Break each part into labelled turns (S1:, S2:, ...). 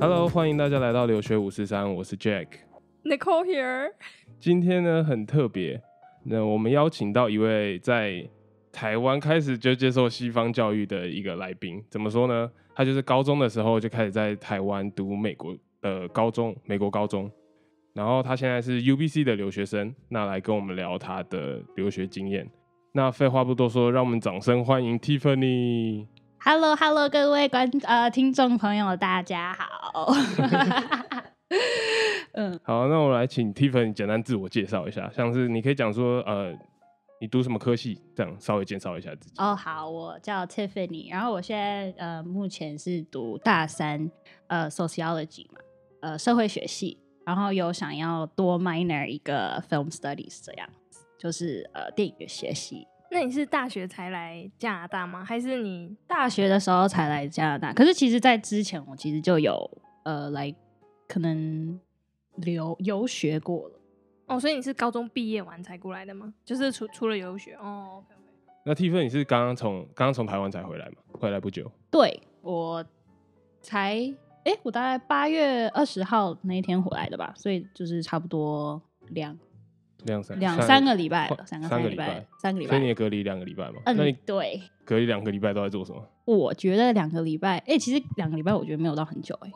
S1: Hello，欢迎大家来到留学五四三，我是 Jack。
S2: Nicole here，
S1: 今天呢很特别，那我们邀请到一位在台湾开始就接受西方教育的一个来宾。怎么说呢？他就是高中的时候就开始在台湾读美国的高中，美国高中。然后他现在是 UBC 的留学生，那来跟我们聊他的留学经验。那废话不多说，让我们掌声欢迎 Tiffany。
S3: h e l l o h e l l o 各位观呃听众朋友，大家好。
S1: 好，那我来请 Tiffany 简单自我介绍一下，像是你可以讲说，呃，你读什么科系，这样稍微介绍一下自己。
S3: 哦，好，我叫 Tiffany，然后我现在呃目前是读大三呃 sociology 嘛，呃社会学系，然后有想要多 minor 一个 film studies 这样子，就是呃电影学系。
S2: 那你是大学才来加拿大吗？还是你
S3: 大学的时候才来加拿大，可是其实在之前我其实就有呃来可能留游学过了。
S2: 哦？所以你是高中毕业完才过来的吗？就是除除了游学哦，OK，OK，
S1: 那 Tiffany 你是刚刚从刚刚从台湾才回来嘛？回来不久，
S3: 对我才哎、我大概八月二十号那一天回来的吧，所以就是差不多两
S1: 两三
S3: 两三个礼拜
S1: 快
S3: 了，三个
S1: 三个
S3: 礼
S1: 礼拜，
S3: 三个礼
S1: 所以你也
S3: 拜。
S1: 隔离两个礼拜嘛？那
S3: 嗯
S1: 你，
S3: 对，
S1: 隔离两个礼拜都在做什么？
S3: 我觉得两个礼拜，哎、其实两个礼拜我觉得没有到很久、哎，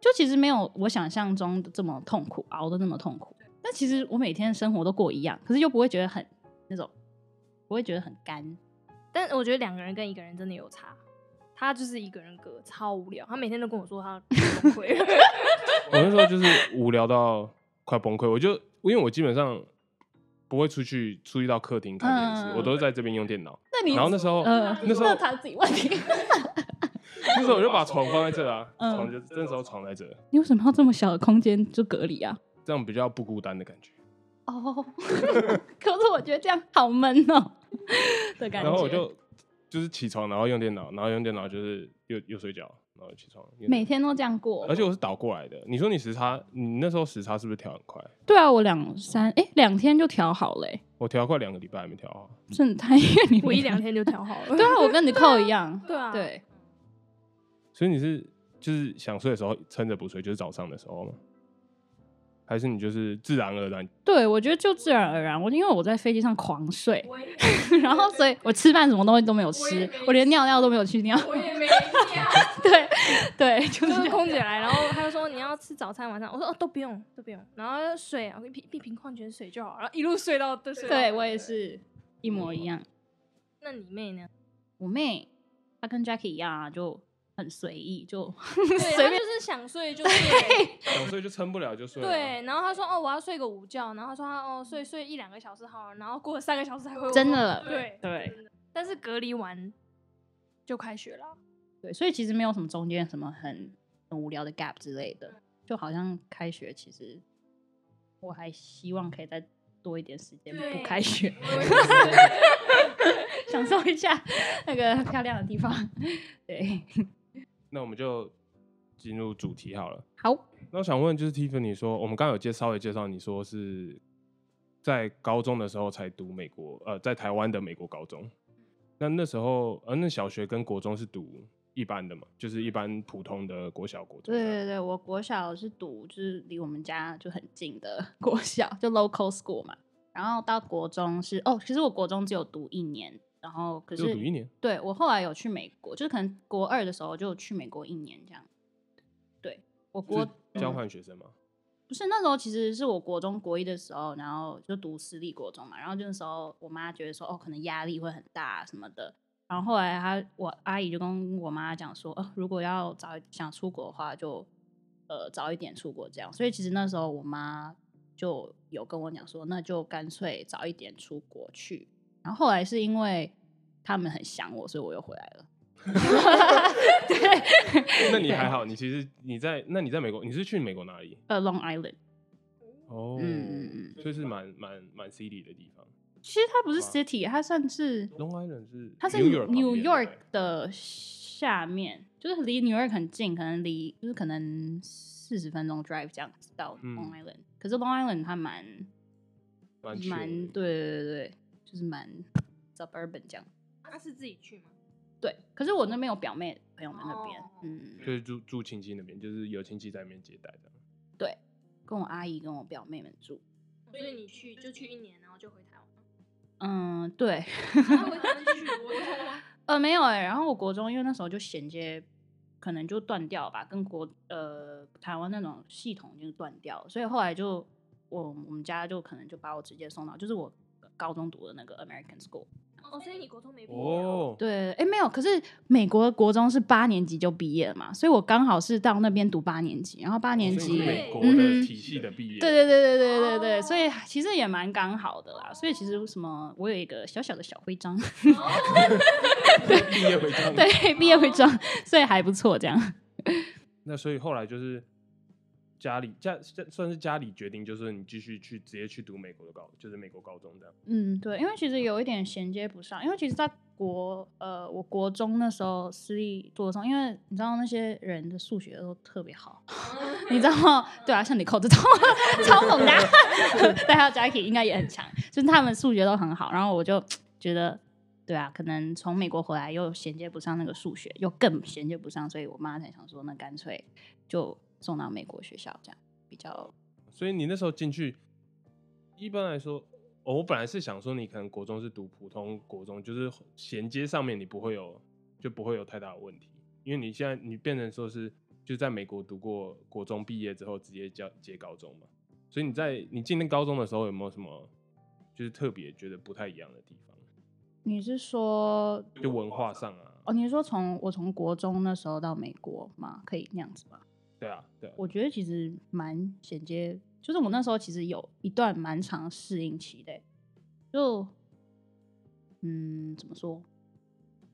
S3: 就其实没有我想象中的这么痛苦，熬的那么痛苦。但其实我每天生活都过一样，可是又不会觉得很那种，不会觉得很干。
S2: 但我觉得两个人跟一个人真的有差。他就是一个人隔超无聊，他每天都跟我说他崩溃了。
S1: 我那时候就是无聊到快崩溃，我就因为我基本上不会出去出去到客厅看电视，
S3: 嗯
S1: 我都是在这边用电脑。
S3: 那你
S1: 然后那时候，
S3: 呃，
S1: 那时候
S3: 他自己问题，
S1: 那时候我就把床放在这啊，
S3: 嗯
S1: 床就那时候床在这，
S3: 你为什么要这么小的空间就隔离啊？
S1: 这样比较不孤单的感觉。
S3: 哦， 可是我觉得这样好闷哦 的感觉。
S1: 然后我就就是起床，然后用电脑，然后用电脑就是又又睡觉，然后起床。又
S3: 每，天都这样过
S1: 而。且我是倒过来的。你说你时差，你那时候时差是不是调很快？
S3: 对啊，我两三哎两天就调好了、欸，
S1: 我调快两个礼拜还没调好。
S3: 真的太因为你
S2: 我一
S3: 没
S2: 两天就调好了。
S3: 对啊，我跟你扣一样。
S2: 对啊，
S3: 对，
S1: 所以你是就是想睡的时候撑着不睡，就是早上的时候吗？还是你就是自然而然？
S3: 对，我觉得就自然而然。我因为我在飞机上狂睡， 然后所以我吃饭什么东西都没有吃，我连尿尿都没有去尿。
S2: 我也没调。
S3: 对对，就
S2: 就是是空姐来，然后她就说你要吃早餐、晚上，我说哦都不用，都不用，然后水啊，我一瓶一瓶矿泉水就好，然后一路睡到都睡到。
S3: 对我也。是一模一样。
S2: 那你妹呢？
S3: 我妹她跟 Jackie 一样啊，就很随意，就
S2: 对，
S3: 随
S2: 她
S3: 便
S2: 就是想睡就睡。
S1: 想睡就撑不了就睡了。
S2: 对，啊然后她说哦我要睡个午觉，然后她说她哦睡睡一两个小时好了，然后过了三个小时才会。
S3: 真的了
S2: 对
S3: 对
S2: 真的但是隔离完就开学了，
S3: 对，所以其实没有什么中间什么很很无聊的 gap 之类的，就好像开学，其实我还希望可以再多一点时间
S2: 对
S3: 不开学， 享受一下那个漂亮的地方。对，
S1: 那我们就进入主题好了。
S3: 好，
S1: 那我想问，就是 Tiffany 说，我们刚刚有介稍微介绍你说是在高中的时候才读美国，呃，在台湾的美国高中。那那时候，呃，那小学跟国中是读一般的嘛，就是一般普通的国小、国中
S3: 对
S1: 这
S3: 对
S1: 样。
S3: 对，我国小是读就是离我们家就很近的国小，就 local school 嘛。然后到国中是哦，其实我国中只有读一年，然后可是
S1: 就读一年。
S3: 对我后来有去美国，就是可能国二的时候就去美国一年这样。对我国嗯
S1: 是交换学生嘛，
S3: 不是那时候，其实是我国中国一的时候，然后就读私立国中嘛，然后就那时候我妈觉得说，哦，可能压力会很大什么的。然后后来她我阿姨就跟我妈讲说，呃，如果要早想出国的话就，呃早一点出国这样。所以其实那时候我妈就有跟我讲说，那就干脆早一点出国去。然后后来是因为他们很想我，所以我又回来了。对，
S1: 那你还好，你其实你在那你在美国，你是去美国哪里？
S3: 呃，Long Island，
S1: 哦，
S3: 嗯嗯
S1: 所以是蛮蛮蛮 city 的地方。
S3: 其实它不是
S1: 哇
S3: city，它算是
S1: Long Island 是
S3: 它是
S1: New York 旁边
S3: New
S1: 对不
S3: York
S1: 对
S3: 的下面，就是离 New York 很近，可能离就是可能四十分钟 drive 这样子到
S1: 嗯
S3: Long Island、可是 Long Island 它蛮
S1: 蛮 chill
S3: 蛮
S1: 的
S3: 对对对，就是蛮 suburban 这样。
S2: 她是自己去吗？
S3: 对，可是我那边有表妹朋友们那边，
S2: 哦
S3: 嗯，
S1: 就是住住亲戚那边，就是有亲戚在那边接待的。
S3: 跟我阿姨跟我表妹们住，
S2: 所以你去就去一年，然后就回 台湾。
S3: 嗯，对，
S2: 然后回台湾继续啊我
S3: 呃，没有哎、然后我国中因为那时候就衔接，可能就断掉吧，跟国呃台湾那种系统就断掉了，所以后来就我我们家就可能就把我直接送到，就是我高中读的那个 American School。
S2: 哦，所以你国中没毕业哦。
S1: 哦，
S3: 对，哎，没有，可是美国的国中是八年级就毕业了嘛，所以我刚好是到那边读八年级，然后八年
S1: 哦所以你
S3: 级
S1: 是
S2: 对
S1: 美国
S3: 嗯
S1: 的
S3: 哼
S1: 体系的毕业，
S3: 对对对对对对对，
S2: 哦
S3: 所以其实也蛮刚好的啦。所以其实什么，我有一个小小的小徽章，
S2: 哦 嗯
S1: 对，毕业回家。
S3: 对，毕业徽章，所以还不错这样。
S1: 那所以后来就是家里家算是家里决定，就是你继续去直接去读美国的高，就是美国高中这样。
S3: 嗯，对，因为其实有一点衔接不上，因为其实在国呃，我国中那时候私立做上，因为你知道那些人的数学都特别好， 你知道对啊，像你扣这种超猛的啊、 对，还有 Jackie 应该也很强，就是他们数学都很好，然后我就觉得。对啊，可能从美国回来又衔接不上那个数学，又更衔接不上，所以我妈才想说，那干脆就送到美国学校，这样比较
S1: 所以你那时候进去，一般来说、哦我本来是想说你可能国中是读普通国中，就是衔接上面你不会有就不会有太大的问题，因为你现在你变成说是就在美国读过国中毕业之后直接教接高中嘛，所以你在你进那高中的时候有没有什么就是特别觉得不太一样的地方？
S3: 你是说
S1: 就文化上啊，
S3: 哦，你是说从我从国中那时候到美国嘛，可以那样子吗？
S1: 对啊，对啊，
S3: 我觉得其实蛮衔接，就是我那时候其实有一段蛮长的适应期的欸、就嗯，怎么说？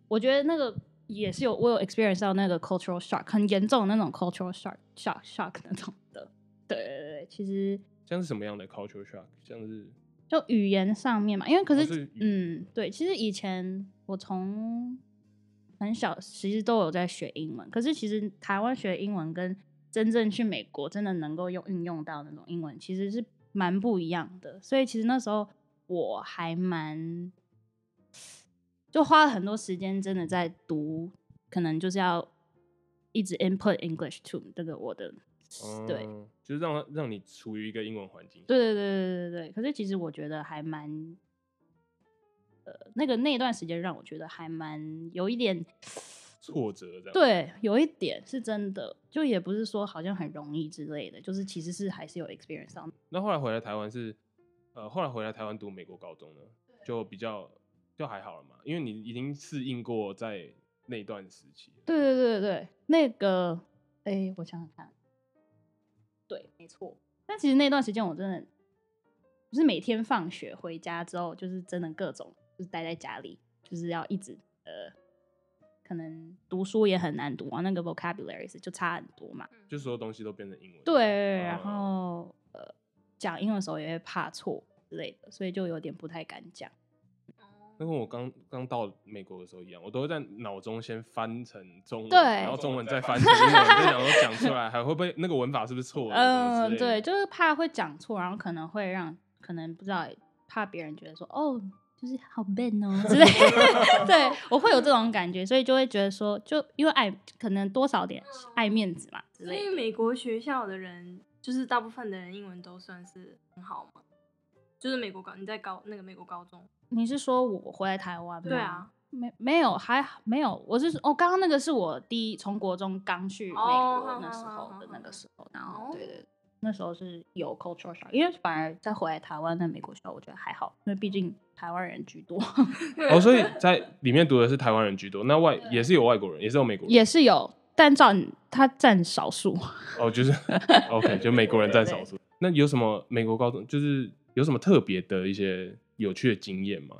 S3: 我觉得那个也是有我有 experience 到那个 cultural shock，很严重的那种 cultural shock shock shock 那种的。对对对对，其实
S1: 像是什么样的 culture shock，像是
S3: 就语言上面嘛，因为可
S1: 哦
S3: 是,、
S1: 是语
S3: 嗯，对，其实以前我从很小其实都有在学英文，可是其实台湾学英文跟真正去美国真的能够用运用到那种英文，其实是蛮不一样的。所以其实那时候我还蛮就花了很多时间，真的在读，可能就是要一直 input English to 这个我的、对。
S1: 嗯就是让它让你处于一个英文环境，
S3: 对对对对对对。可是其实我觉得还蛮，呃，那个那一段时间让我觉得还蛮有一点，
S1: 挫折这样，
S3: 对，有一点是真的，就也不是说好像很容易之类的，就是其实是还是有 experience 到。
S1: 那后来回来台湾是，呃，后来回来台湾读美国高中呢，就比较就还好了嘛，因为你已经适应过在那段时期了。
S3: 对对对对对，那个，哎，我想想看，对，没错。但其实那段时间我真的，就是每天放学回家之后，就是真的各种就是待在家里，就是要一直呃，可能读书也很难读啊，那个 vocabulary 是就差很多嘛。
S2: 嗯
S1: 就所有东西都变成英文。
S3: 对，然
S1: 嗯
S3: 后呃，讲英文的时候也会怕错之类的，所以就有点不太敢讲。
S1: 那跟我刚刚到美国的时候一样，我都会在脑中先翻成中文，
S3: 对
S1: 然后中文再翻成英文，就想说讲出来还会不会那个文法是不是错的？什么之类
S3: 嗯，
S1: 的
S3: 对，就是怕会讲错，然后可能会让可能不知道，怕别人觉得说哦，就是好笨哦之类的。 对，我会有这种感觉，所以就会觉得说，就因为爱，可能多少点爱面子嘛之
S2: 所
S3: 类
S2: 以
S3: 的。
S2: 美国学校的人，就是大部分的人英文都算是很好嘛。就是美国高，你在高那个美国高中，
S3: 你是说我回来台湾吗？
S2: 对啊，
S3: 没没有，还好没有。我是哦，刚刚那个是我第一从国中刚去美
S2: 哦
S3: 国
S2: 好
S3: 那
S2: 好
S3: 时
S2: 好
S3: 候
S2: 好
S3: 的那个
S2: 好
S3: 时候，然后
S2: 哦
S3: 对对，对那时候是有 cultural shock，因为反而在回来台湾的美国学校，我觉得还好，因为毕竟台湾人居多，
S1: 哦， 所以在里面读的是台湾人居多，那外也是有外国人，也是有美国人，
S3: 也是有，但占他占少数。
S1: 哦， 就是 OK，就美国人占少数。那有什么美国高中就是有什么特别的一些有趣的经验吗？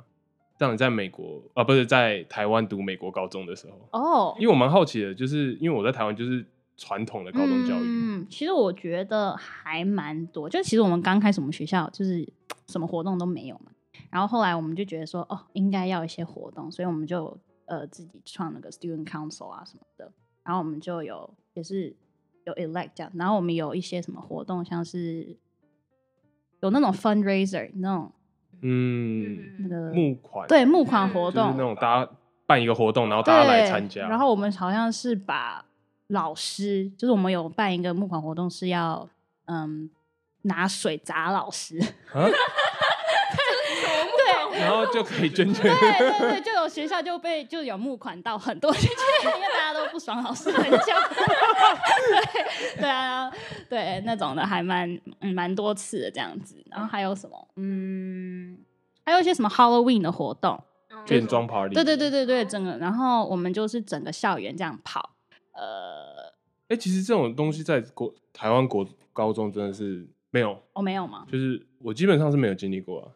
S1: 让你在美国啊，不是在台湾读美国高中的时候，
S3: 哦
S1: 因为我蛮好奇的，就是因为我在台湾就是传统的高中教育，
S3: 嗯，其实我觉得还蛮多。就其实我们刚开始我们学校就是什么活动都没有嘛，然后后来我们就觉得说，哦，应该要一些活动，所以我们就呃自己创那个 student council 啊什么的，然后我们就有也是有 elect 这样，然后我们有一些什么活动，像是有那种 fundraiser 那种
S1: 嗯，
S3: 那个
S1: 募款
S3: 对募款活
S1: 就是
S3: 动
S1: 那，种大家办一个活动，然后大家来
S3: 对
S1: 参加。
S3: 然后我们好像是把老师，就是我们有办一个募款活动，是要嗯拿水砸老师，
S1: 啊，
S2: 对，
S1: 然后就可以捐 钱。
S3: 对对对，就有学校就被就有募款到很多去捐，因为大家都不爽老师很凶， 对对啊，对那种的还蛮嗯蛮多次的这样子。然后还有什么？嗯，还有一些什么 Halloween 的活动，
S1: 变装 party，
S3: 对对对。对对，整个然后我们就是整个校园这样跑，呃，
S1: 哎、其实这种东西在国台湾国高中真的是没有，
S3: 哦没有吗？
S1: 就是我基本上是没有经历过啊。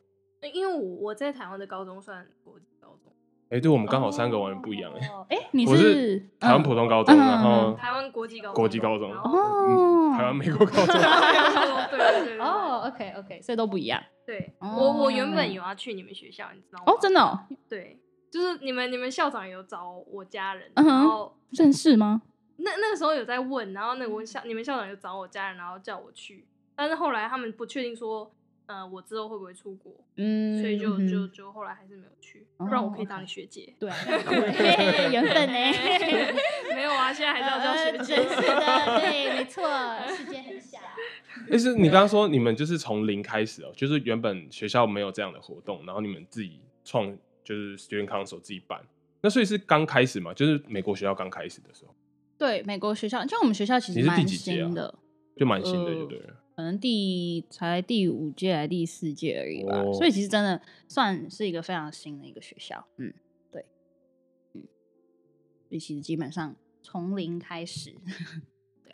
S2: 因为我我在台湾的高中算国际高中，
S1: 哎、对我们刚好三个完全不一样哎、诶
S3: 哦，哎，你
S1: 我是台湾普通高中，
S3: 嗯嗯嗯
S1: 然后
S2: 台湾国际高中，
S1: 国际高中，
S2: 然后
S1: 嗯
S3: 哦
S1: 台湾美国高中，
S2: 对对对，
S3: 哦，OK OK，所以都不一样
S2: 对，
S3: 哦
S2: 我我原本有要去你们学校，你知道吗？
S3: 哦，真的哦
S2: 对，就是你们你们校长有找我家人，
S3: 嗯哼
S2: 然后
S3: 认识吗？
S2: 那那个时候有在问，然后那个问校你们校长有找我家人，然后叫我去，但是后来他们不确定说，呃，我之后会不会出国，
S3: 嗯，
S2: 所以就
S3: 嗯
S2: 就就后来还是没有去，
S3: 哦
S2: 不然我可以当你学姐。
S3: 对啊，缘分 呢？
S2: 没有啊，现在还是要叫学姐。
S3: 真是的， 对，没错，世界很小。
S1: 但是你刚刚说你们就是从零开始哦、就是原本学校没有这样的活动，然后你们自己创，就是 student council 自己办。那所以是刚开始嘛，就是美国学校刚开始的时候，
S3: 对，美国学校，就我们学校其
S1: 你
S3: 实
S1: 是第
S3: 蛮
S1: 几届啊
S3: 新的，
S1: 就蛮新
S3: 嗯
S1: 的，就对了。
S3: 呃可能第才第五届还是第四届而已吧，
S1: 哦
S3: 所以其实真的算是一个非常新的一个学校。嗯，对，嗯，所以其实基本上从零开始。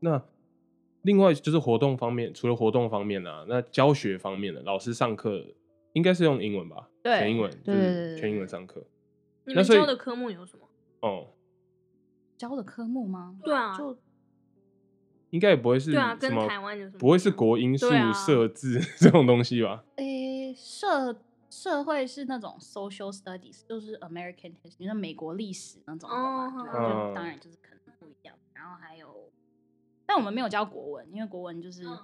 S1: 那另外就是活动方面，除了活动方面啊，那教学方面的，老师上课应该是用英文吧？
S3: 对
S1: 全英文，就
S3: 对对对
S1: 是
S3: 对
S1: 全英文上课。那
S2: 你们
S1: 所以
S2: 教的科目有什么？
S1: 哦、
S3: 教的科目吗？
S2: 对啊，
S3: 就
S1: 应该也不会是
S2: 对啊，
S1: 什
S2: 跟
S1: 么，
S2: 台湾有
S3: 嗯
S2: 什么一样？
S1: 不会是国英数
S2: 对啊
S1: 设置 这种东西吧？
S3: 诶、社社会是那种 social studies，就是 American history，就是美国历史那种的嘛，
S2: 哦
S3: 对啊就
S1: 嗯
S3: 当然就是可能不一样。然后还有，但我们没有教国文，因为国文就是、
S2: 嗯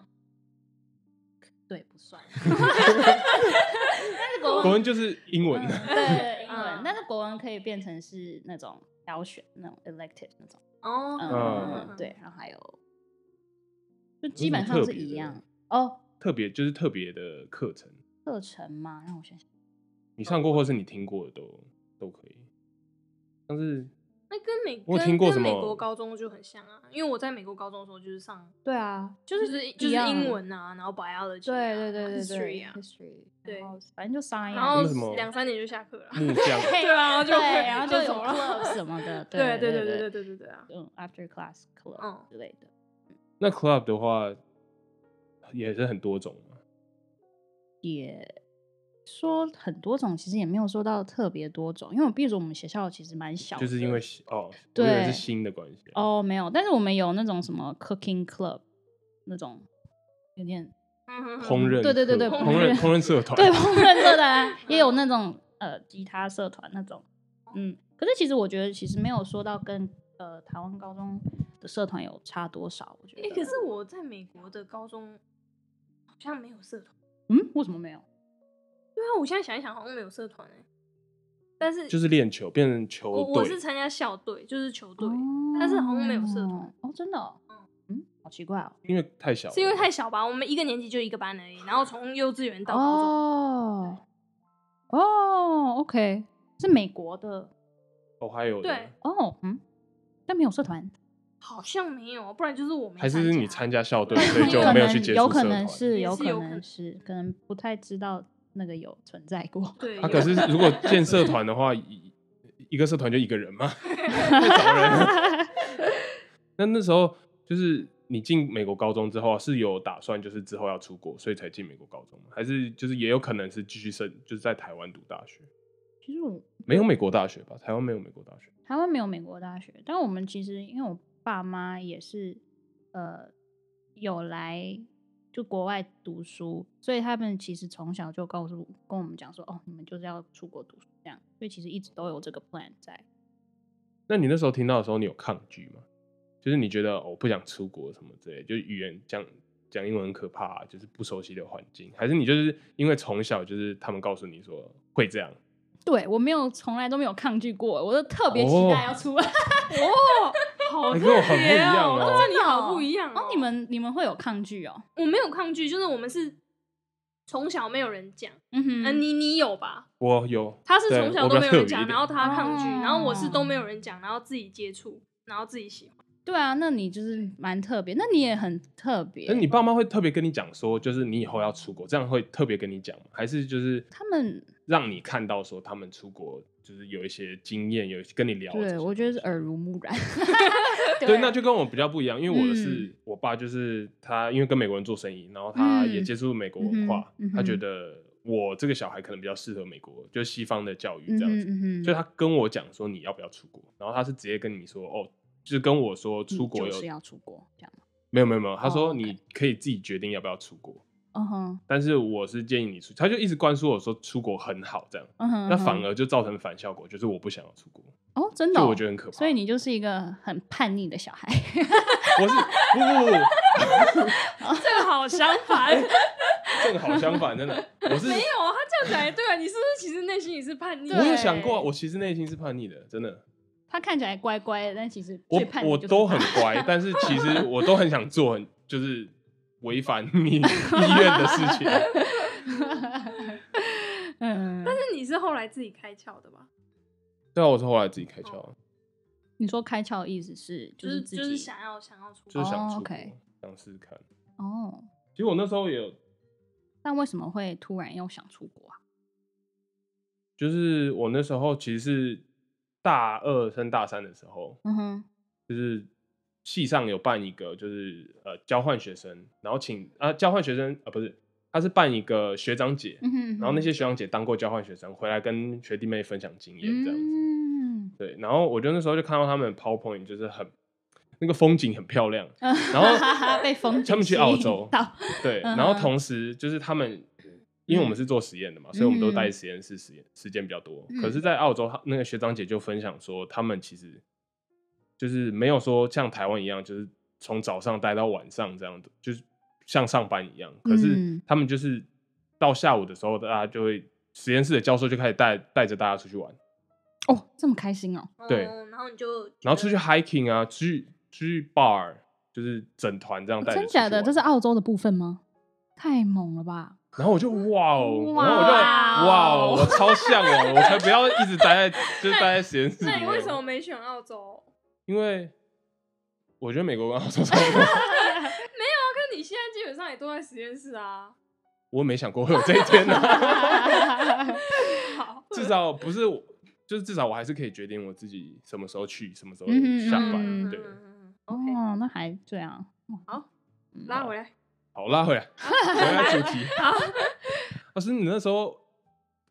S3: 对不算，但是国文
S1: 国文就是英文，
S3: 嗯对英文
S2: 嗯，
S3: 但是国文可以变成是那种挑选那种 elective 那种，
S2: 哦，
S3: 嗯，
S1: 嗯
S3: 嗯对，然后还有，就基本
S1: 特
S3: 上是
S1: 别
S3: 一
S1: 的
S3: 样哦。
S1: 特别就是特别的课程，
S3: 课程嘛，让我想想，哦
S1: 你上过或是你听过的都都可以。但是
S2: 那跟美
S1: 我有
S2: 跟
S1: 听过
S2: 跟
S1: 什
S2: 美
S1: 么
S2: 国高中就很像啊，因为我在美国高中的时候就是上
S3: 对啊，
S2: 就是就
S3: 一
S2: 是
S3: 样
S2: 英文啊，然后 biology，啊
S3: 对对对对对
S2: history 啊，
S3: ，history，
S2: 对
S3: 然后反正就 science，
S2: 然后
S1: 什么
S2: 两三点就下课了，
S1: 木匠
S2: 对啊，然后 就
S3: 对，然后就
S2: 就
S3: 有
S2: 走了，
S3: club 什么的，
S2: 对 对对
S3: 对对
S2: 对对对对啊，
S3: 嗯，after class club
S2: 嗯
S3: 之类的，
S1: 那 club 的话也是很多种啊嘛，
S3: 也说很多种，其实也没有说到特别多种，因为我比如说我们学校其实蛮小的，
S1: 就是因为哦，我以为是
S3: 对
S1: 新的关系。
S3: 哦没有，但是我们有那种什么 cooking club 那种有点
S2: 嗯哼哼
S1: 烹饪课，
S3: 对对对对
S1: 烹
S3: 烹
S1: 饪
S3: 饪
S1: 烹饪 社团，
S3: 对烹饪 社团啊也有
S2: 嗯
S3: 那种呃吉他社团那种，
S2: 哦
S3: 嗯，可是其实我觉得其实没有说到跟呃台湾高中的社团有差多少，我觉得。
S2: 诶可是我在美国的高中好像没有社团，
S3: 嗯，为什么没有？
S2: 对啊，我现在想一想好像没有社团哎，但是
S1: 就是练球，变 成球
S2: 我
S1: 队。哦
S2: 我是参加校队，就是球队，但是好像没有社团
S3: 哦，真的哦、嗯，好奇怪哦。
S1: 因为太小了，
S2: 是因为太小吧，我们一个年级就一个班而已，然后从幼稚园到高中，
S3: 哦哦，OK，是美国的
S1: 哦，还有的
S2: 对
S3: 哦，嗯，但没有社 团，
S2: 好像没有，不然就是我没
S1: 还是你参加校队，所以就
S3: 可
S1: 没有去接
S3: 能
S1: 触
S3: 有
S1: 社团。
S3: 可能是
S2: 也
S3: 有
S2: 是
S3: 可
S2: 有可
S3: 能
S2: 能
S3: 是可能不太知道那个有存在过。
S2: 对，
S1: 啊他可是如果建社团的话，一一个社团就一个人 嘛，太少人。那那时候就是你进美国高中之后啊，是有打算就是之后要出国，所以才进美国高中吗？还是就是也有可能是继续升，就是在台湾读大学？
S3: 其实我
S1: 没有美国大学吧？台湾没有美国大学。
S3: 台湾没有美国大学，但我们其实因为我爸妈也是呃有来就国外读书，所以他们其实从小就告诉跟我们讲说，哦，你们就是要出国读书这样，所以其实一直都有这个 plan 在。
S1: 那你那时候听到的时候，你有抗拒吗？就是你觉得哦，我不想出国什么之类，就是语言讲讲英文很可怕、啊就是不熟悉的环境，还是你就是因为从小就是他们告诉你说会这样，
S3: 对我没有从来都没有抗拒过，我都特别期待要出来。
S2: 哦，好
S1: 哎
S2: 特
S1: 跟我很不一
S2: 别
S1: 样
S2: 哦，
S1: 哦
S2: 这里好不一样
S3: 哦，你们你们会有抗拒哦？
S2: 我没有抗拒，就是我们是从小没有人讲，
S3: 嗯哼，
S2: 嗯、你你有吧？
S1: 我有，
S2: 他是
S1: 对
S2: 从小
S1: 我
S2: 都
S1: 比较
S2: 没有
S1: 特
S2: 人
S1: 别
S2: 讲，
S1: 一点
S2: 然后他抗拒，
S3: 哦
S2: 然后我是都没有人讲，然后自己接触，然后自己喜欢。
S3: 对啊，那你就是蛮特别，那你也很特别。
S1: 那你爸妈会特别跟你讲说，就是你以后要出国，这样会特别跟你讲吗？还是就是
S3: 他们
S1: 让你看到说他们出国就是有一些经验，有一些跟你聊？
S3: 对我觉得是耳濡目染。
S1: 对，那就跟我比较不一样，因为我的是、
S3: 嗯
S1: 我爸，就是他因为跟美国人做生意，然后他也接触美国文化，
S3: 嗯嗯哼
S1: 他觉得我这个小孩可能比较适合美国，就是西方的教育
S3: 嗯
S1: 这样
S3: 哼
S1: 子，
S3: 嗯哼，
S1: 所以他跟我讲说你要不要出国，然后他是直接跟你说哦，就是跟我说出国
S3: 你
S1: 有、
S3: 嗯就是要出国这样。
S1: 没有没有没有，他
S3: 哦
S1: 说
S3: ，OK
S1: 你可以自己决定要不要出国，
S3: 嗯哼，
S1: 但是我是建议你出，他就一直灌输我说出国很好这样，
S3: 嗯哼，
S1: 那反
S3: 嗯
S1: 而就造成反效果，就是我不想要出国，
S3: 哼哦，真的
S1: 就
S3: 哦，
S1: 我觉得很可怕。
S3: 所以你就是一个很叛逆的小孩。
S1: 我是不不不不。
S2: 这个好相 反，
S1: 正好相反，真 的，我是
S2: 没有啊，他这样讲也对啊。你是不是其实内心也是叛逆？欸
S1: 我有
S3: 对
S1: 想过啊，我其实内心是叛逆的，真的，
S3: 他看起来乖乖的，但其实
S1: 我
S3: 最叛逆
S1: 我
S3: 就是
S1: 都
S3: 他
S1: 很乖，但是其 实我都很想做很就是违反你意愿的事 情。
S3: 嗯，但
S2: 但
S3: 是
S2: 是你是后来自己开窍的吧？
S1: 对啊，我是后来自己开窍，
S3: 你说开窍的意思是
S2: 就
S3: 就是
S2: 是
S3: 自己
S2: 就是想要想要出
S1: 就是想
S3: 哦
S1: 出国
S3: ，OK，
S1: 想试试看。
S3: 哦，
S1: 其实我那时候也有，
S3: 但为什么会突然又想出国啊？
S1: 就是我那时候其实是大二升大三的时候，
S3: 嗯哼，
S1: 就是系上有办一个，就是呃交换学生，然后请啊、交换学生啊、呃、不是，他是办一个学长姐，
S3: 嗯哼，
S1: 然后那些学长姐当过交换学生，回来跟学弟妹分享经验这样子。
S3: 嗯，
S1: 对，然后我就那时候就看到他们的 PowerPoint，就是很那个风景很漂亮。
S3: 然
S1: 后
S3: 被风景
S1: 他们去
S3: 吸
S1: 澳
S3: 引
S1: 洲
S3: 到
S1: 对，
S3: 嗯哼嗯
S1: 然后同时就是他们，因为我们是做实验的嘛，所以我们都待实验室实验时间比较多。可
S3: 嗯
S1: 是，在澳洲，他那个学长姐就分享说，他们其实就是没有说像台湾一样，就是从早上待到晚上这样的，就是像上班一样。可是
S3: 嗯
S1: 他们就是到下午的时候，大家就会实验室的教授就开始带带着大家出去玩。
S3: 哦，这么开心哦，
S1: 对
S2: 哦然后你就觉
S1: 然后出
S3: 嗯
S1: 去
S2: 得
S1: hiking 啊，出去出去 bar，就是整团这样带着
S3: 哦真
S1: 出去
S3: 假
S1: 玩。
S3: 的？这是澳洲的部分吗？太猛了吧！
S1: 然后我就哇哦，然后我就
S2: 哇
S1: 哇
S2: 哦
S1: 哦，我超向 往，我才不要一直 待在就是待在实验室里
S2: 那
S1: 面。
S2: 你为什么？没选澳洲？
S1: 因为我觉得美国跟澳洲差不 多，
S2: 那你现在基本上也都在实验室啊。
S1: 我没想过会有这一天 呢、
S2: 好，
S1: 至少不是我，就是至少我还是可以决定我自己什么时候去，什么时候
S3: 嗯哼
S1: 下班。
S3: 嗯
S1: 对，
S2: 嗯嗯嗯嗯 OK，
S3: 哦，那还这样，嗯
S2: 拉回来。
S1: 好拉 回来，回来主题。
S2: 好，
S1: 老师，你那时候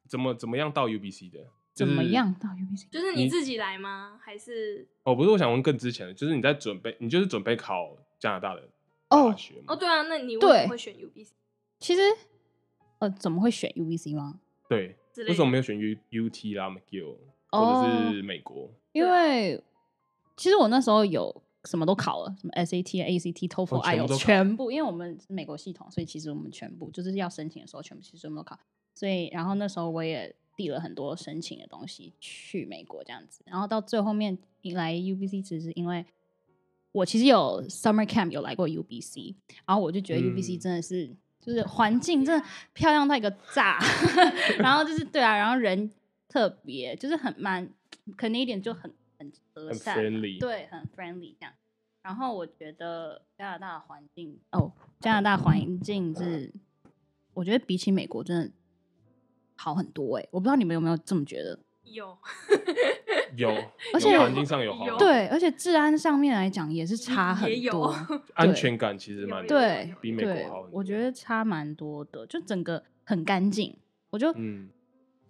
S1: 怎么怎么样到 UBC 的？就
S3: 怎
S1: 是
S3: 么样到 UBC？
S2: 就是你
S1: 你
S2: 自己来吗？还是
S1: 哦，不是，我想问更之前的，就是你在准备，你就是准备考加拿大的
S3: 哦
S1: 大学吗
S2: 哦，对啊，那你为
S3: 对
S2: 什么会 选 UBC
S3: 其实呃，怎么会选 UBC 吗？
S1: 对，
S2: 之类的？
S1: 为什么没有选 U U T 啦、McGill
S3: 哦
S1: 或者是美国？
S3: 因为其实我那时候有什么都考了，什么 SAT、ACT、TOEFL、
S1: 哦全部
S3: IELTS
S1: 都考
S3: 全部，因为我们是美国系统，所以其实我们全部就是要申请的时候，全部其实全部都考。所以然后那时候我也递了很多申请的东西去美国这样子，然后到最后面迎来 UBC，只是因为我其实有 summer camp 有来过 UBC，然后我就觉得
S1: 嗯
S3: UBC 真的是、就是环境真的漂亮到一个炸， 然后就是对啊，然后人特别就是很蛮 Canadian 就很很和
S1: 很
S3: 善，
S2: 啊
S1: friendly，，
S3: 对，很 friendly 这样。然后我觉得加拿大的环境哦，加拿大环境是，我觉得比起美国真的好很多哎、我不知道你们有没有这么觉得？
S2: 有？
S1: 有，
S3: 而且
S1: 有环境上有好，
S2: 有
S3: 对，而且治安上面来讲也是差很
S2: 也有
S3: 多，
S1: 安全感其实蛮
S2: 有
S3: 对
S1: 比美国
S3: 对
S1: 好很，多。
S3: 我觉得差蛮多的，就整个很干净，我就
S1: 嗯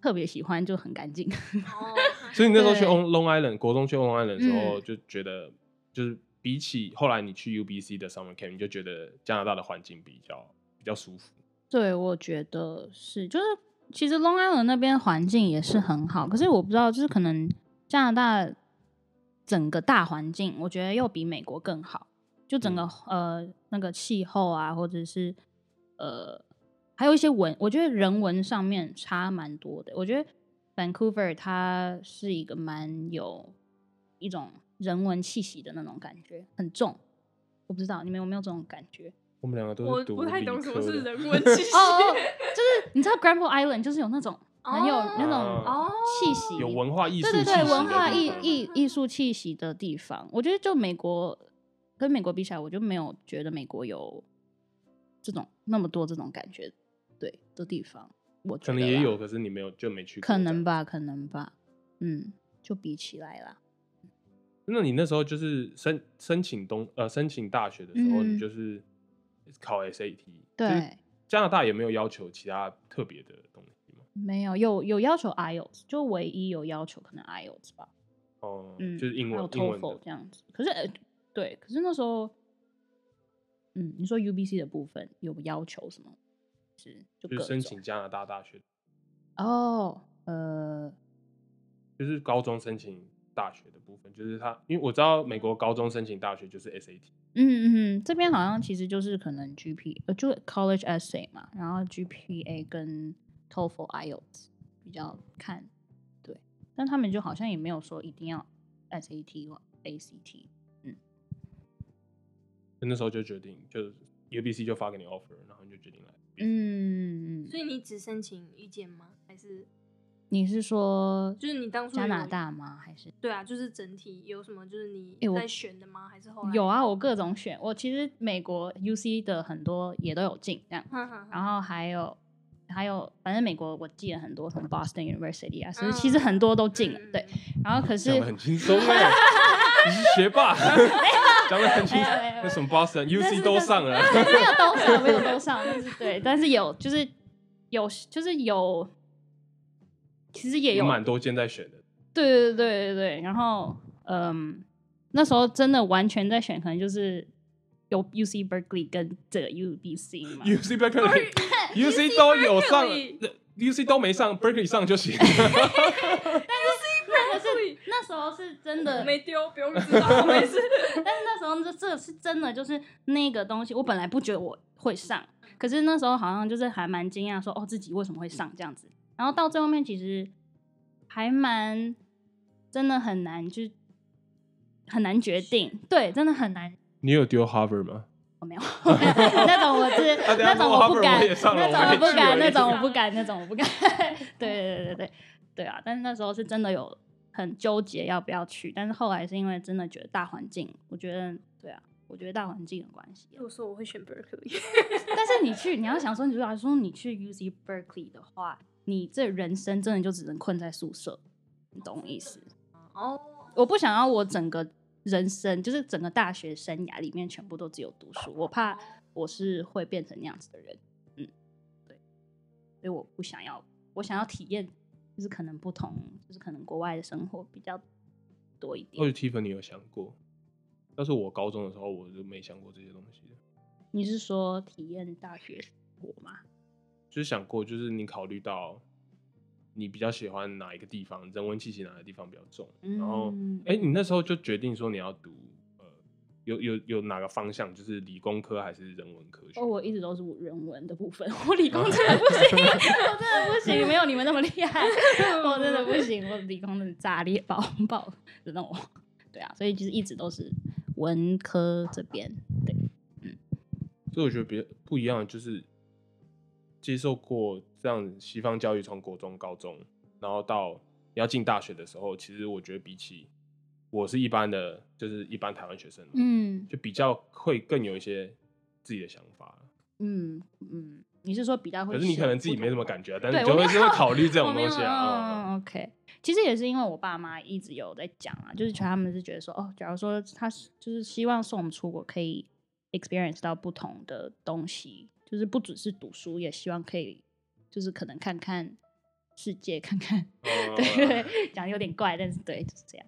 S3: 特别喜欢，就很干净。
S2: 哦，
S1: 所以你那时候去
S3: 对
S1: On Long Island，国中去 On Island 的时候，
S3: 嗯
S1: 就觉得就是比起后来你去 UBC 的 summer camp，你就觉得加拿大的环境比较比较舒服。
S3: 对，我觉得是，就是其实 Long Island 那边环境也是很好，可是我不知道，就是可能加拿大整个大环境，我觉得又比美国更好，就整个、呃那个气候啊，或者是呃还有一些文，我觉得人文上面差蛮多的。我觉得 Vancouver 它是一个蛮有一种人文气息的那种感觉，很重。我不知道你们有没有这种感觉？
S1: 我们两个都
S2: 我
S1: 是读
S2: 不太
S1: 理
S2: 懂什么
S1: 科
S2: 是
S1: 的
S2: 人文气息
S3: 哦 哦，就是你知道 Granville Island 就是有那种很有那
S1: 哦
S3: 种
S2: 哦，
S3: 气息，
S1: 有文化艺术
S3: 对
S1: 气
S3: 对
S1: 息的地
S3: 对
S1: 方，啊
S3: 文化
S1: 嗯
S3: 艺
S2: 方
S3: 艺艺术气息的地方。我觉得就美国跟美国比起来，我就没有觉得美国有这种那么多这种感觉，对的地方，我觉
S1: 可
S3: 得
S1: 能也
S3: 啦
S1: 有，可是你没有就没去过，
S3: 可能。吧，可能吧，嗯，就比起来啦，
S1: 那你那时候就是申申请东呃申请大学的时候，
S3: 嗯
S1: 你就是考 SAT，就是
S3: 对，
S1: 加拿大也没有要求其他特别的东西嘛？
S3: 没有有有要求 IELTS，就唯一有要求可能 IELTS 吧，
S1: 哦、
S3: 嗯，
S1: 就是英
S3: 还有
S1: 文英文
S3: TOEFL
S1: 的
S3: 这样子。可是、呃、对，可是那时候，嗯，你说 UBC 的部分有要求什么？是就
S1: 就
S3: 各
S1: 是申
S3: 种
S1: 请加拿大大学，
S3: 哦，呃，
S1: 就是高中申请大学的部分，就是他，因为我知道美国高中申请大学就是 SAT，
S3: 嗯嗯，这边好像其实就是可能 GP 呃，就 College Essay 嘛，然后 GPA 跟 TOEFL、IELTS 比较看，对，但他们就好像也没有说一定要 SAT 或 ACT，
S1: 那时候就决定就是 UBC 就发给你 offer，然后你就决定来。
S3: 嗯，
S2: 所以你只申请一间吗？还是
S3: 你是说
S2: 就是你当初
S3: 加拿
S2: 有
S3: 大吗？还是
S2: 对啊，就是整体有什么就是你
S3: 诶我
S2: 在选的吗？还是后来
S3: 有？啊，我各种选。我其实美国 UC 的很多也都有进这样，
S2: 哈哈哈
S3: 然后还有还有，反正美国我记了很多，什么 Boston University 啊，所以其实很多都进了。
S2: 嗯
S3: 对，然后可是
S1: 讲的很轻松哎， 你是学霸，讲的很轻松。
S3: 没有没有
S1: 那什么 Boston
S3: 但是
S1: UC 都上了，
S3: 没有都上，没有都上，但是 对，但是有就是有就是有，其实也
S1: 有
S3: 有
S1: 蛮多间在选的。
S3: 对对对对对，然后嗯，那时候真的完全在选，可能就是有 UC Berkeley 跟这个 UBC 嘛。
S1: UC Berkeley UC 都有上
S2: Berkeley
S1: ，UC 都没上，Berkeley 上就 行。
S3: 那可是那时候是真的，
S2: 没丢，不用知道，没事。
S3: 但是那时候这这是真的，就是那个东西，我本来不觉得我会上，可是那时候好像就是还蛮惊讶，说哦自己为什么会上这样子。然后到最后面其实还蛮真的很难，就是很难决定，对，真的很难。
S1: 你有丢 Harvard 吗？
S3: 那种我 是、
S1: 啊等一下
S3: 那种我不敢，
S1: 我也上了
S3: 那种我不敢，
S1: 我也
S3: 那
S1: 去
S3: 种我不敢，那种我不敢。 对对对对对对啊！但是那时候是真的有很纠结要不要去，但是后来是因为真的觉得大环境，我觉得对啊，我觉得大环境有关系啊。
S2: 我说我会选 Berkeley，
S3: 但是你去，你要想说，你如果说你去 UC Berkeley 的话，你这人生真的就只能困在宿舍，你懂我意思？
S2: 哦，
S3: 我不想要我整个人生，就是整个大学生涯里面全部都只有读书，我怕我是会变成那样子的人。嗯，对，所以我不想要，我想要体验，就是可能不同，就是可能国外的生活比较多一
S1: 或
S3: 点。
S1: 者 Tiffany 有想过？要是我高中的时候，我就没想过这些东西的，
S3: 你是说体验大学生活吗？
S1: 就是想过，就是你考虑到你比较喜欢哪一个地方，人文气息哪个地方比较重，然后
S3: 嗯
S1: 哎、你那时候就决定说你要读呃，有有有哪个方向，就是理工科还是啊人文科学？
S3: 哦，我一直都是人文的部分，我理工真的不行，我真的不 行，没有你们那么厉害， 我哦真的不行，我理工真的炸裂爆 爆的那种。对啊，所以就是一直都是文科这边。对，
S1: 所以我觉得别不一样，的就是接受过这样西方教育，从国中、高中，然后到你要进大学的时候，其实我觉得比起我是一般的，就是一般台湾学生，，
S3: 嗯
S1: 就比较会更有一些自己的想法。
S3: 嗯嗯，你是说比较会？
S1: 可是你可能自己没什么感觉啊，但是你
S3: 对
S1: 就
S3: 我
S1: 会
S3: 没
S1: 是
S3: 有
S1: 会考虑这
S3: 我
S1: 种
S3: 没
S1: 东
S3: 有
S1: 西啊。嗯
S3: 嗯 OK，其实也是因为我爸妈一直有在讲啊，就是他们是觉得说，哦，假如说他是就是希望送我们出国可以 experience 到不同的东西，就是不只是读书，也希望可以就是可能看看世界，看看，
S1: 嗯
S3: 对对，讲得有点怪，但是对就是这样。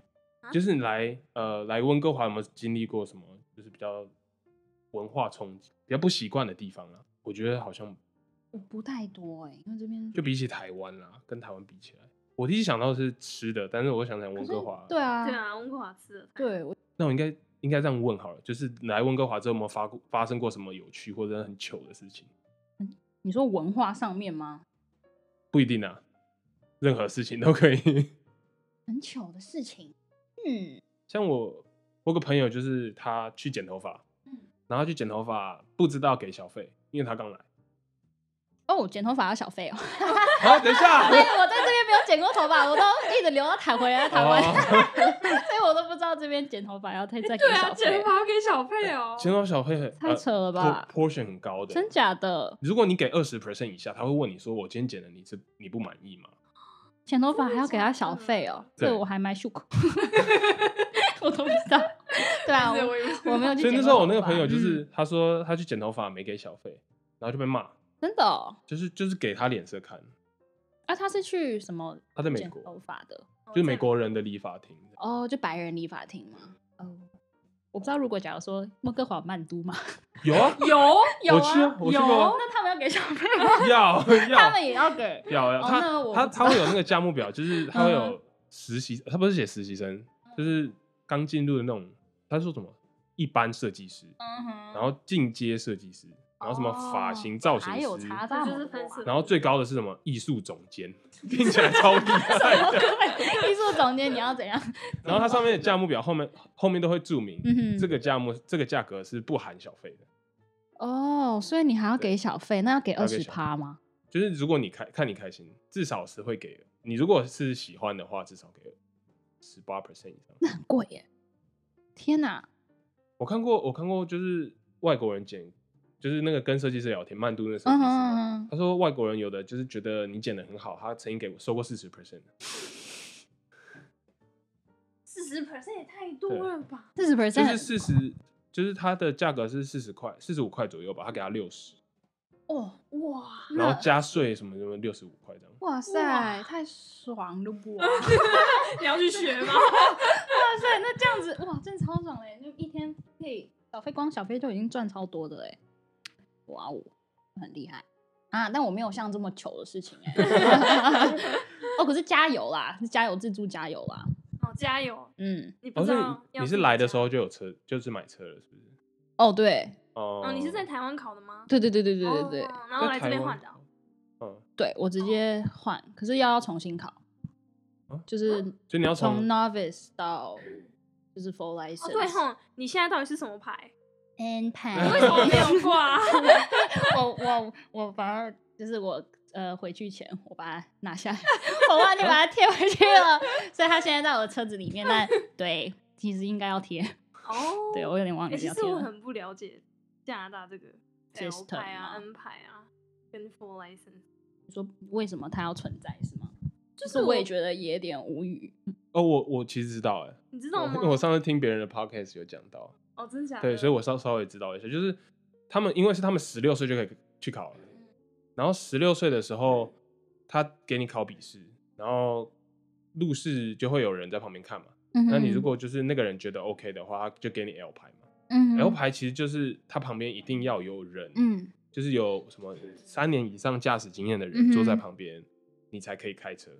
S1: 就是你来呃来温哥华有没有经历过什么就是比较文化冲击、比较不习惯的地方啊？我觉得好像
S3: 我不太多哎、因为这边
S1: 就比起台湾啦，跟台湾比起来，我第一想到的是吃的，但是我想想温哥华，
S3: 对，啊，
S2: 对，啊，温哥华吃的菜，
S3: 对我
S1: 那我应该应该这样问好了，就是来温哥华之后有没有发过发生过什么有趣或者很糗的事情？
S3: 你说文化上面吗？
S1: 不一定啊，任何事情都可以。
S3: 很糗的事情，嗯，
S1: 像我，我有个朋友就是他去剪头发，
S3: 嗯
S1: 然后他去剪头发不知道给小费，因为他刚来。
S3: 哦，剪头发要小费 哦。
S1: 好，等一下
S3: 所以，我在这边没有剪过头发，我都一直留到台回来台湾，
S1: 哦
S3: 所以我都不知道这边剪头发要再再 给
S2: 对啊，
S3: 小
S2: 剪
S3: 费，
S2: 发给小费哦。
S1: 剪头小费很
S3: 太扯了吧
S1: p o r t i o n 很高的，
S3: 真假的？
S1: 如果你给二十 percent 以下，他会问你说：“我今天剪的你是你不满意吗
S3: 剪头发还要给他小费哦，
S1: 对
S3: 这我还蛮 shock，我都不知道。对 啊，
S2: 对我
S3: 我
S2: 也不知道
S3: 我没有？”去
S1: 所以那
S3: 剪过头发。
S1: 时候我那个朋友就是
S3: 嗯
S1: 他说他去剪头发没给小费，然后就被骂，
S3: 真的哦，
S1: 就是就是给他脸色看。
S3: 啊，他是去什么？
S1: 他在美
S3: 剪
S1: 国
S3: 头发的
S2: 哦
S1: 就是美国人的理发厅，
S3: 哦，就白人理发厅吗？哦，我不知道，如果假如说温哥华有曼都 嘛，
S1: 有啊，
S2: 有有
S1: 我去啊
S2: 啊
S1: 我去过啊
S2: 有，
S3: 那他们要给小费吗？
S1: 要
S3: 他
S1: 要
S3: 们也要给。
S1: 要要，
S3: 哦那我
S1: 他他
S3: 不知
S1: 他会有那个价目表， 就是他会
S3: 嗯
S1: 有实习，他不是写实习生，就是刚进入的那种，他说什么一般设计师，
S3: 嗯哼哦
S1: 然后进阶设计师，然后什么发型 造型
S3: 还有
S1: 师，
S3: 查到
S2: 这就是分数
S1: 然后最高的是什么艺术总 监，听起来超厉害的。
S3: 艺术总监你要怎样？
S1: 然后它上面的价目表后面后面都会注明，
S3: 嗯哼
S1: 这个价目这个价格是不含小费的。
S3: 哦，所以你还要
S1: 对
S3: 给小费，那要给
S1: 要
S3: 二
S1: 给
S3: 十
S1: 小费
S3: 趴吗？
S1: 就是如果你开看你开心，至少是会给的。你如果是喜欢的话，至少给十八 percent 以上。
S3: 那很贵耶！天哪，
S1: 我看过，我看过，就是外国人剪，就是那个跟设计师聊天，曼都那设计师
S3: 嗯
S1: 嘛，
S3: 哼，
S1: 他说外国人有的就是觉得你剪的很好，他曾经给我收过四十 percent，
S2: 四十 percent 也太多了吧？
S3: 四十
S1: 就是
S3: percent
S1: 四十，就是它的价格是四十块、四十五块左右吧，他给他六十，
S3: 哦，
S2: 哇，
S1: 然后
S3: 那
S1: 加税什么什么六十五块这样。
S3: 哇塞，
S2: 哇
S3: 太爽了哇！ 哇
S2: 你要去学吗？
S3: 塞，啊那这样子哇，真的超爽嘞！就一天可以小费，光小费就已经赚超多的嘞！哇哦，很厉害啊！但我没有像这么糗的事情 哎。哦，可是加油啦，是加油自助加油啦，
S2: 好，加油！
S3: 嗯，
S2: 你不
S1: 哦，
S2: 知
S1: 所以
S2: 道
S1: 你
S2: 要
S1: 你
S2: 自
S1: 是
S2: 己
S1: 来的
S2: 加
S1: 时候就有车，就是买车了，是不是？
S3: 哦对，
S1: 哦
S2: 哦，你是在台湾考的吗？
S3: 对对对对对对对，
S2: 哦然后来这边换的哦。。
S1: 嗯，
S3: 对我直接换，可是要要重新考，
S1: 啊
S3: 就是
S1: 所以你要
S3: 从
S1: 从
S3: novice 到就是 full
S2: 哦，
S3: license。
S2: 对吼，你现在到底是什么 牌？
S3: ，N
S2: 你
S3: 牌。
S2: 为什么没有挂？
S3: 我我我反而就是我呃回去前我把它拿下来，我忘记把它贴回去了， 所以它现在在我的车子里面。 但对，其实应该要贴，
S2: 哦，
S3: 对哎我有点忘
S2: 欸
S3: 记
S2: 其
S3: 要
S2: 实
S3: 贴
S2: 我
S3: 了。
S2: 很不了解加拿大这个 L
S3: System
S2: 牌啊、
S3: 吗
S2: N 牌啊跟 Full License。
S3: 你说为什么它要存在是吗？
S2: 就
S3: 就是我也觉得也有点无语。
S1: 哦，我我其实知道哎，
S2: 你知道吗？
S1: 我我上次听别人的 podcast 有讲到，
S2: 哦，真的假的？
S1: 对，所以我稍稍微知道一下，就是他们因为是他们十六岁就可以去考了，
S2: 嗯
S1: 然后十六岁的时候他给你考笔试，然后路试就会有人在旁边看嘛，
S3: 嗯
S1: 那你如果就是那个人觉得 OK 的话，他就给你 L 牌嘛。
S3: 嗯
S1: L 牌其实就是他旁边一定要有人，
S3: 嗯
S1: 就是有什么三年以上驾驶经验的人坐在
S3: 嗯哼
S1: 旁边，你才可以开车。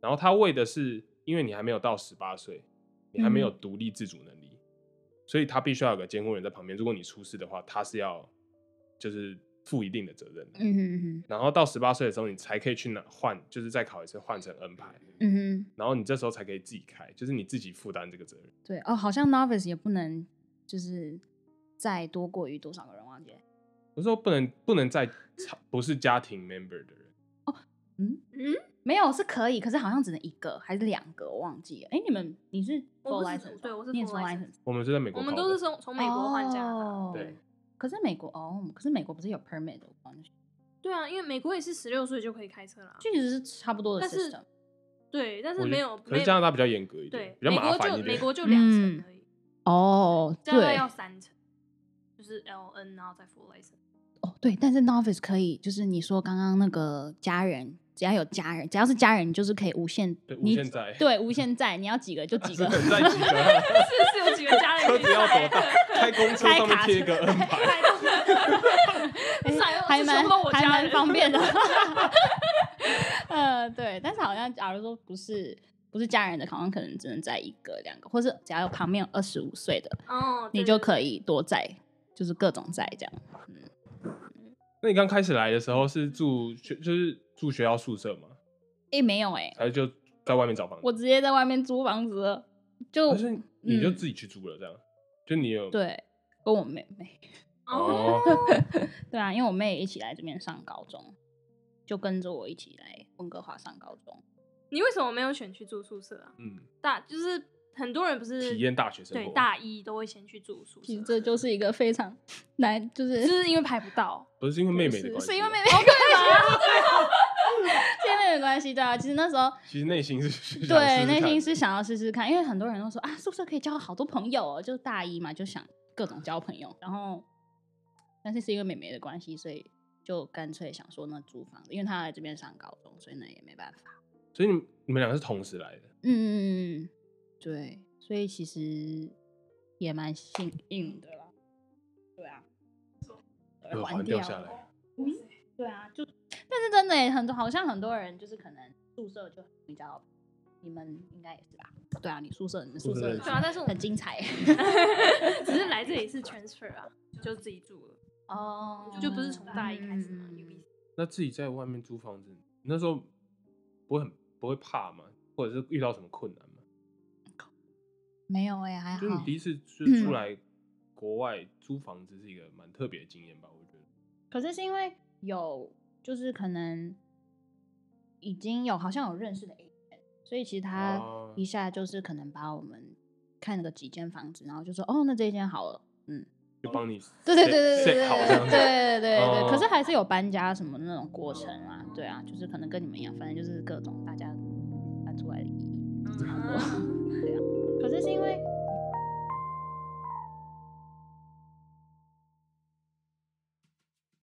S1: 然后他为的是，因为你还没有到十八岁，你还没有
S2: 嗯
S1: 独立自主能力，所以他必须要有个监护人在旁边。如果你出事的话，他是要就是负一定的责任的。
S3: 嗯哼
S1: 然后到十八岁的时候，你才可以去拿换，就是再考一次换成 N 牌，
S3: 嗯哼。
S1: 然后你这时候才可以自己开，就是你自己负担这个责任。
S3: 对哦，好像 novice 也不能就是再多过于多少个人忘记了。
S1: 我说不能不能再超不是家庭 member 的人，
S3: 嗯
S2: 嗯，
S3: 没有是可以，可是好像只能一个还是两个，我忘记了。哎，你们你是
S2: 我
S3: full
S2: 不是
S3: license，
S2: 对
S3: 吗
S2: 我是
S3: 你也
S2: full
S3: full
S2: license
S3: license，
S1: 我们是在美国
S2: 我
S1: 考的，
S2: 们都是从从美国换啊加拿大。
S3: 哦
S1: 对。
S3: 可是美国哦，可是美国不是有 permit 的，我忘记
S2: 对啊，因为美国也是十六岁就可以开车啦。
S3: 就其实是差不多的
S2: 但是
S3: system。
S2: 对，但
S1: 我
S2: 是
S1: 觉
S2: 没
S1: 得
S2: 有，
S1: 可
S2: 没
S1: 是加拿大比较严格一点
S2: 对，，
S1: 比较
S2: 美
S1: 麻
S2: 国
S1: 烦一
S2: 就
S1: 点
S2: 美。国就两层而已，
S3: 哦，
S2: 加拿大
S3: 嗯对
S2: 要三层，就是 L N 然后再 Full License。
S3: 哦对，但是 novice 可以，就是你说刚刚那个家人，只要有家人，只要是家人，你就是可以无限，
S1: 对无
S3: 你
S1: 限在
S3: 对无限在，你要几个就几 个，
S1: 很在几个，
S2: 是是有几个家人
S1: 车
S2: 可
S1: 子
S2: 以
S1: 要
S2: 开
S1: 多大？开公车上面贴一个 N 牌，
S2: 哎算 了
S3: 还
S2: 这
S3: 蛮
S2: 全部都我
S3: 还
S2: 家
S3: 蛮
S2: 人
S3: 方便的。 呃，对，但是好像假如说不是不是家人的，好像可能只能在一个两个，或是只要有旁边有二十五岁的，
S2: 哦，
S3: 你就可以多在，就是各种在这样。
S1: 那你刚开始来的时候是住学，就是住学校宿舍吗？
S3: 诶，没有诶，
S1: 还是就在外面找房子？
S3: 我直接在外面租房子了，就
S1: 但是你就
S3: 嗯
S1: 自己去租了，这样就你有
S3: 对，跟我妹妹，
S1: 哦，
S3: 对啊，因为我妹也一起来这边上高中，就跟着我一起来温哥华上高中。
S2: 你为什么没有选去住宿舍啊？
S1: 嗯，
S2: 大就是很多人不是
S1: 体验大学生活
S2: 对大一都会先去住宿舍，
S3: 其实这就是一个非常 难，就
S2: 就是是因为排不到，
S1: 不是因为妹妹的
S3: 是
S1: 关系，啊
S3: 是因为妹妹关系， 是因为妹妹的关系，对啊。其实那时候
S1: 其实内心是想试
S3: 对
S1: 试
S3: 内
S1: 看
S3: 心
S1: 的
S3: 是想要试试看，因为很多人都说啊，宿舍可以交好多朋友哦，就是大一嘛，就想各种交朋友。然后，但是是因为妹妹的关系，所以就干脆想说那租房子，因为她来这边上高中，所以那也没办法。
S1: 所以你们你们两个是同时来的，
S3: 嗯，对，所以其实也蛮幸运的啦。对啊，
S1: 耳环掉下来。
S3: 对啊，就但是真的欸耶很多，好像很多人就是可能宿舍就比较，你们应该也是吧？对啊，你宿舍你们
S1: 宿
S3: 宿
S1: 舍
S3: 舍
S1: 很
S2: 对啊，但是我
S3: 很精彩
S2: 只是来这里是 transfer 啊，就自己住了，
S3: 哦
S2: 就不是从大一开始嘛
S3: 嗯
S2: ，UBC
S1: 那自己在外面租房子，那时候不会很不会怕吗？或者是遇到什么困难吗？
S3: 没有哎、还
S1: 就你
S3: 好
S1: 第。一次就是出
S3: 嗯
S1: 来国外租房子是一个蛮特别的经验吧？我觉得。
S3: 可是是因为有，就是可能已经有好像有认识的 agent，所以其实他
S1: 哦
S3: 一下就是可能把我们看了个几间房子，然后就说哦，那这一间好了，嗯，
S1: 就帮你 set-
S3: 对对对对
S1: set
S3: 对
S1: 好
S3: 对
S1: 这样
S3: 对
S1: 子。
S3: 对对对
S1: 哦
S3: 可是还是有搬家什么那种过程啊，对啊，就是可能跟你们一样，反正嗯就是各种大家搬出来的意义差不多，对啊。可是是因为